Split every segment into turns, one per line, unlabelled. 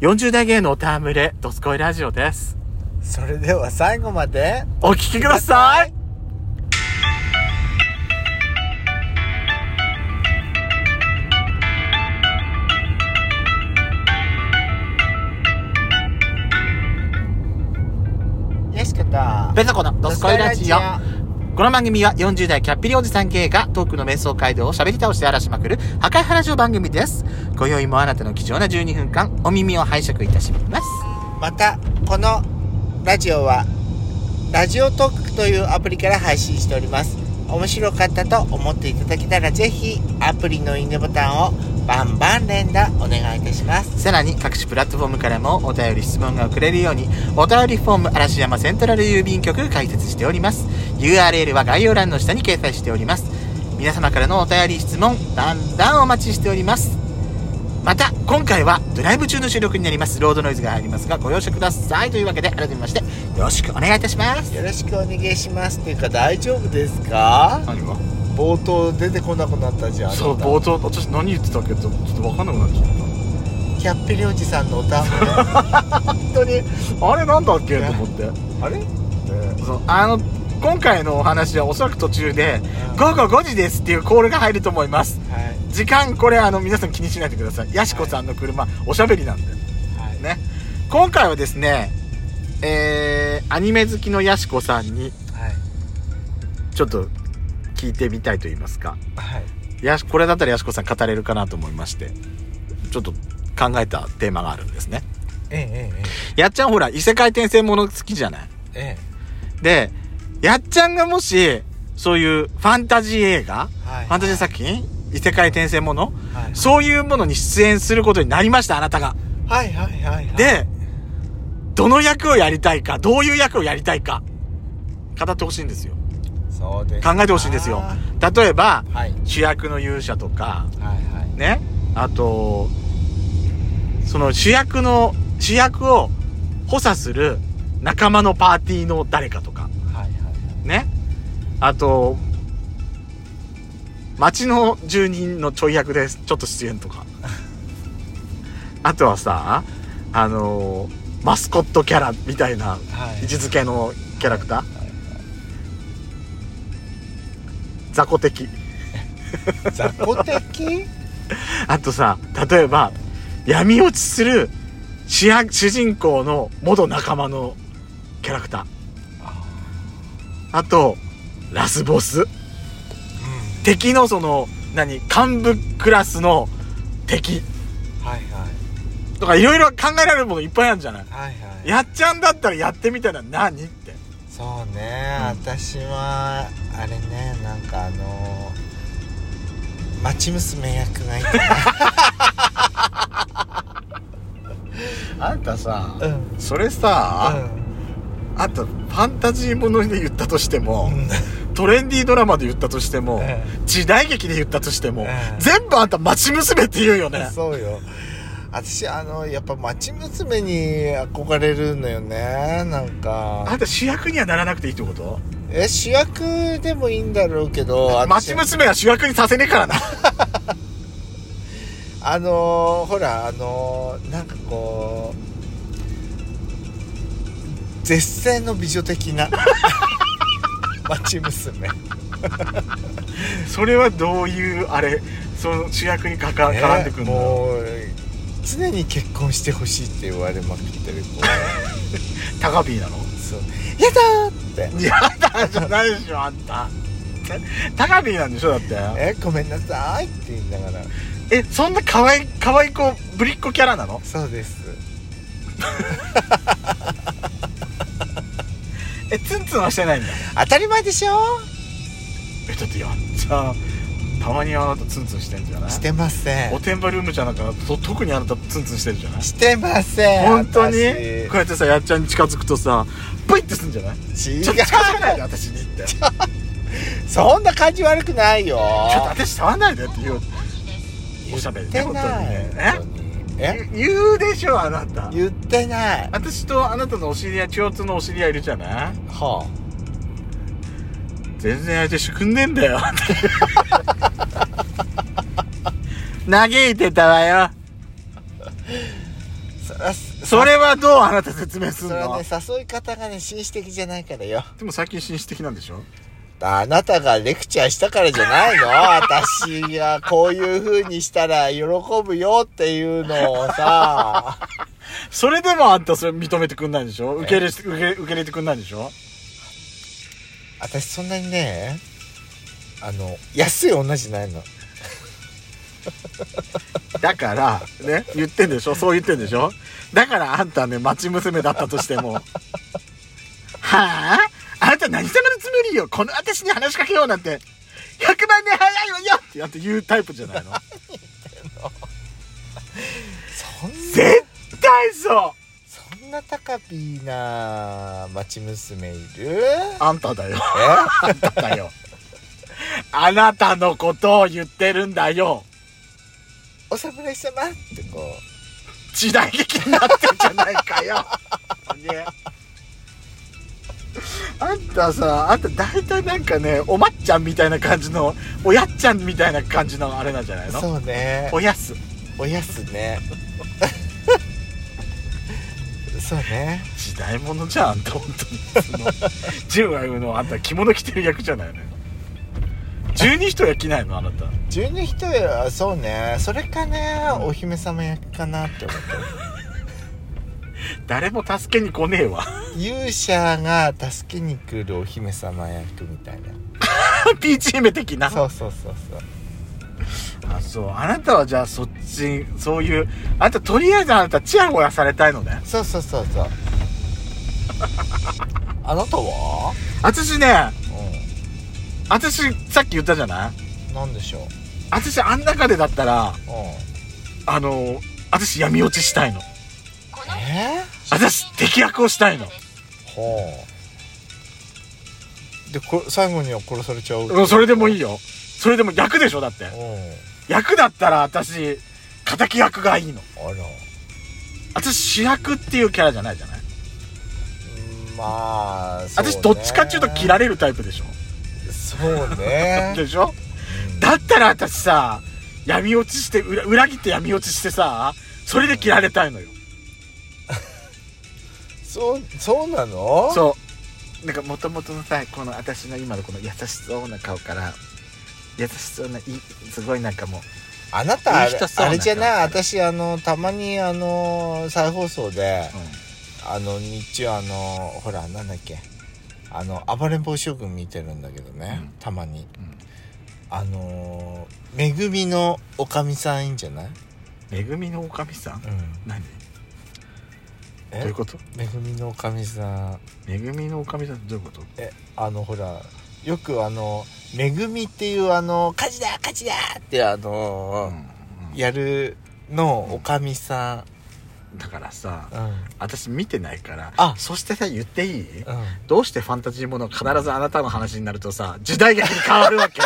40代芸能おたむれ、ドスコイラジオです。
それでは最後まで
お聞きください
よしかた
ベザコのドスコイラジオ。この番組は40代キャッピリおじさん系がトークの瞑想街道を喋り倒して荒らしまくる破壊原城番組です。今宵もあなたの貴重な12分間、お耳を拝借いたします。
またこのラジオはラジオトークというアプリから配信しております面白かったと思っていただけたらぜひアプリのいいねボタンをバンバン連打お願いいたします
さらに各種プラットフォームからもお便り質問が送れるようにお便りフォーム嵐山セントラル郵便局開設しております URL は概要欄の下に掲載しております皆様からのお便り質問だんだんお待ちしておりますまた今回はドライブ中の収録になりますロードノイズが入りますがご容赦くださいというわけで改めましてよろしくお願いいたします
よろしくお願いしますっていうか大丈夫ですか
何が
冒頭出てこなくなったじゃんあなた
頭私何言ってたっけちょっと分かんなくなっちゃっ
キャッペリおじさんのおたん本当に
たあれなんだっ
けと思
って
あれ、
そうあの今回のお話はおそらく途中で午後5時ですっていうコールが入ると思います
はい
時間これあの皆さん気にしないでくださいやしこさんの車おしゃべりなんで
はい
ね今回はですねえー、アニメ好きのやしこさんに
はい
ちょっと聞いてみたいと言いますか
はい
やしこれだったらやしこさん語れるかなと思いましてちょっと考えたテーマがあるんですね
えええ
やっちゃんほら異世界転生もの好きじゃない
ええ
でやっちゃんがもしそういうファンタジー映画
えはい
ファンタジー作品異世界転生もの
はい
そういうものに出演することになりました、あなたが。
はいはいはいはい
で、どの役をやりたいか、どういう役をやりたいか、語ってほしいんですよ。
そうです
考えてほしいんですよ
は。
例えば、
いはい
主役の勇者とか、
はい
ね、あと、その主役の、主役を補佐する仲間のパーティーの誰かとか、
はいはい
ね。あと、町の住人のちょい役です。ちょっと出演 とか。あとはさ、あのーマスコットキャラみたいな
はい
位置づけのキャラクター、雑魚的。
雑魚的
あとさ、例えば、闇落ちする主役主人公の元仲間のキャラクター。あと、ラスボス。
う
敵のその何幹部クラスの敵
んはいはい
とかいろいろ考えられるものいっぱいあるんじゃない
はいはい
やっちゃんだったらやってみたら何って
そう
うん
ね、私はあれねなんかあのー、町娘役がい
あんたさ
たうん
それさ、
う
あんたファンタジーもので言ったとしても、
ん
トレンディードラマで言ったとしても、
え
時代劇で言ったとしても、
ええ
全部あんた町娘って言うよね
そうよ私あのやっぱ町娘に憧れるのよねなん
あ
か
んた主役にはならなくていいってこと
え主役でもいいんだろうけど
町
私
娘は主役にさせねえからな
あのーほらあのーなんかこう絶世の美女 的な町娘
それはどういうあれその主役にかか絡んでくる
ね
の、
もう常に結婚してほしいって言われまくって る子
タガビーなの
そうやだーって
いやだじゃないでしょあんたタガビーなんでしょだって
えごめんなさいって言いながら
えそんな可愛い可愛い子ぶりっ子キャラなの
そうです
えツンツンはしてないんだ
当たり前でしょ
えだってやっちゃんたまにあなたツンツンしてんじゃない
してませ
お
ん
てんばルームじゃなくと特にあなたツンツンしてるじゃない
してません
本当にこう
私
やってさやっちゃんに近づくとさブイってすんじゃない
違う
ちょっと近づかないで私にってちょっ
そんな感じ悪くないよ
と私触んないでって言うおしゃべりね
言ってない
本
本当にえ
言うでしょあなた
言ってない
私とあなたのお知り合い共通のお知り合いいるじゃない
は
全然相手してくんねえんだよ嘆いてたわよ
あそらす
それはどうあなた説明すん
それは
の、
ね誘い方がね紳士的じゃないからよ
でも最近紳士的なんでしょ
あなたがレクチャーしたからじゃない の私がこういう風にしたら喜ぶよっていうのをさ
それでもあんたそれ認めてくんないんでしょ受け入れ、受け、受け入れてくんないんでしょ
私そんなにねあの安い女じゃないの
だから、ね、言ってんでしょそう言ってんでしょだからあんたね、町娘だったとしても。は ああなた何様のつもりよこの私に話しかけようなんて、100万年早いわよってやって言うタイプじゃないの
そんな
絶対そう
そんな高ピーな町娘いる
あんただよ。
え
あんただよ。あなたのことを言ってるんだよ。
お侍様ってこう
時代劇になってんじゃないかよ。ねあんたさ、あんた大体なんかね、おまっちゃんみたいな感じの、おやっちゃんみたいな感じのあれなんじゃないの
そうね
おやす。
おやす ねそうね
時代物じゃん、あんた、本当に。その、10話言うの、あんた着物着てる役じゃないのよ。十二人は着ないの、あなた。
十二人はそうねそれかね、お姫様役かなって思っ
誰も助けに来ねえわ。
て勇者が助けに来るお姫様役みたいな
ピーチ姫的な。
そうそうそうそう
あそうあなたはじゃあそっちそういうあなたとりあえずあなたチヤホヤされたいのね
そうそうそうそう あなたは
私ね
う
私さっき言ったじゃない
んなんでしょう
私あん中でだったら
う
あの私闇落ちしたいの
んえ
私敵役をしたいの
ー、ほうでこ最後には殺されちゃう
うんそれでもい
い
いよそれでも役でしょだって
うん
役だったら私敵役がいいの
あら
私主役っていうキャラじゃないじゃない、
うんまあそうね
私どっちかっていうと切られるタイプでしょ
そうね
でしょ
うん
だったら私さ闇落ちして裏裏切って闇落ちしてさそれで切られたいのよ
そうそうなの
そうなんかもともとのさこの私の今のこの優しそうな顔から優しそうないいすごいなんかもう
あなたあれ
いい人そう
あ
な
れじゃない
人
私あのたまにあの再放送であの日中あのほらなんだっけあの暴れん坊将軍見てるんだけどね、
うん
たまに
うん
あのめぐみのおかみさんいいんじゃない、
めぐみのおかみさん何ど
え
ういうこと
めぐみのおかみさん
めぐみのおかみさんってどういうこと
えあのほらよくあのめぐみっていうあの火事だ火事だってあの、
うん
やるのおかみさ
だからさ
んうん、
私見てないから
あ
そしてさ言っていい
うん
どうしてファンタジーもの必ずあなたの話になるとさ時代劇に変わる わけ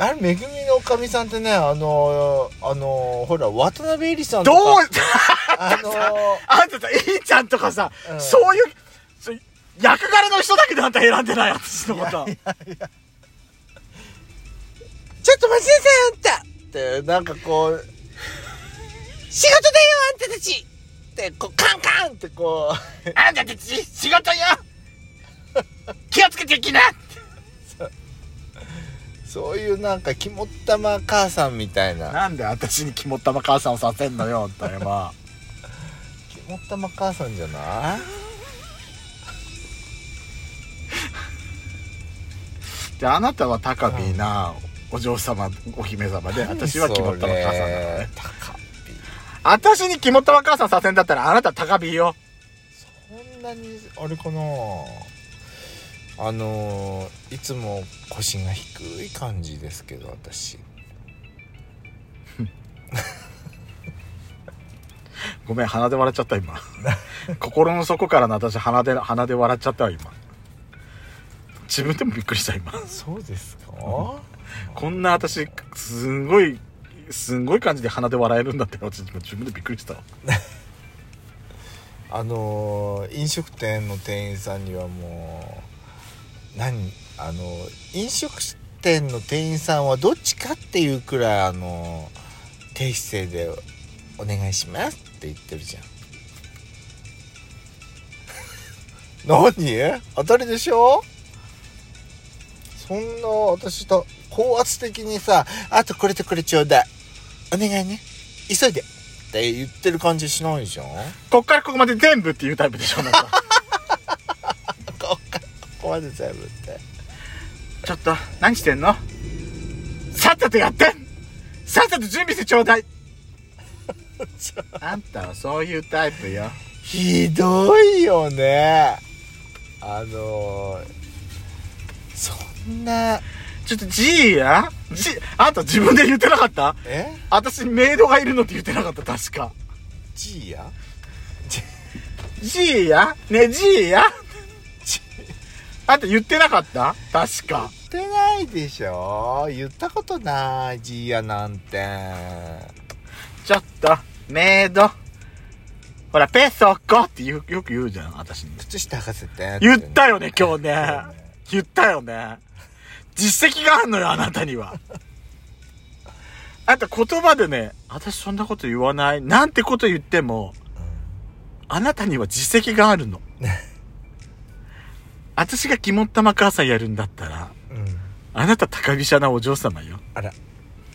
あれ、めぐみのおかみさんってね、あのー、あのー、ほら、渡辺えりさん
ど
と
う
か。あの
あんたさ、いいちゃんとかさ、
うん
そういう、そう役柄の人だけであんた選んでない、私のこと。
ー、ちょっと待ちなさい、あんたって、なんかこう、仕事だよ、あんたたちって、こう、カンカンってこう、
あんたたち、仕事よ 気をつけていきな
そういうなんか、肝っ玉母さんみたいな。
なんで私に肝っ玉母さんをさせんのよ、あんた今。
肝っ玉母さんじゃない
じゃあ、あなたは高ビーな、お嬢様、お姫様で、私は肝っ玉母さんだからね。
高
私に肝っ玉母さんさせんだったら、あなた高ビーよ。
そんなにあれかなあのーいつも腰が低い感じですけど私
ごめん、鼻で笑っちゃった、 今。心の底からの私、鼻で、鼻で笑っちゃったわ、今。自分でもびっくりした、今。
そうですか
こんな私、すんごい、すんごい感じで鼻で笑えるんだって、私、自分でびっくりしたわ。
あのー飲食店の店員さんにはもう何あのー飲食店の店員さんはどっちかっていうくらいあのー低姿勢でお願いしますって言ってるじゃん 何当たりでしょそんな私と高圧的にさあとこれとこれちょうだいお願いね急いでって言ってる感じしないじゃん
こっからここまで全部っていうタイプでしょなんか
ここまで全部って
ちょっと何してんのさっさとやってさっさと準備してちょう だいあんたはそういうタイプよ
ひどいよねあのーそんな
ちょっと G や G あんた自分で言ってなかった
え
私メイドがいるのって言ってなかった確か
G や
G やねえ G や あんた言ってなかった確か
言ってないでしょ言ったことないジーヤなんて
ちょっとメイドほらペソコってよよく言うじゃん私に
靴下履かせて
言ったよね今日
言った
ね
よね
言ったよね実績があんのよあなたにはあんた言葉でね私そんなこと言わないなんてこと言ってもあなたには実績があるの私が肝っ玉母さんやるんだったら
うん、うん、
あなた高飛車なお嬢様よ
あら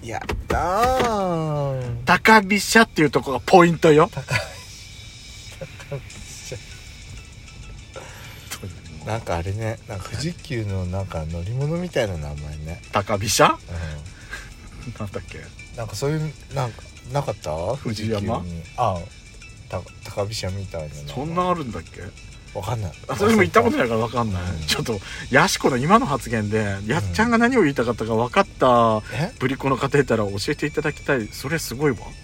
やったー
高飛車っていうとこがポイントよ
なんかあれねなんか富士急のなんか乗り物みたいな名前ね、
高飛車
う
なんだっけ
ん、なんかそういうなんかなかった
富士山
富士急にあた高飛車みたいな名前
そんなあるんだっけ
わかんない
私も行ったことないいから分かんない、
うん
ちょっとやしこの今の発言でやっちゃんが何を言いたかったか分かった
え
ぶりっ子の方いたら教えていただきたいそれすごいわ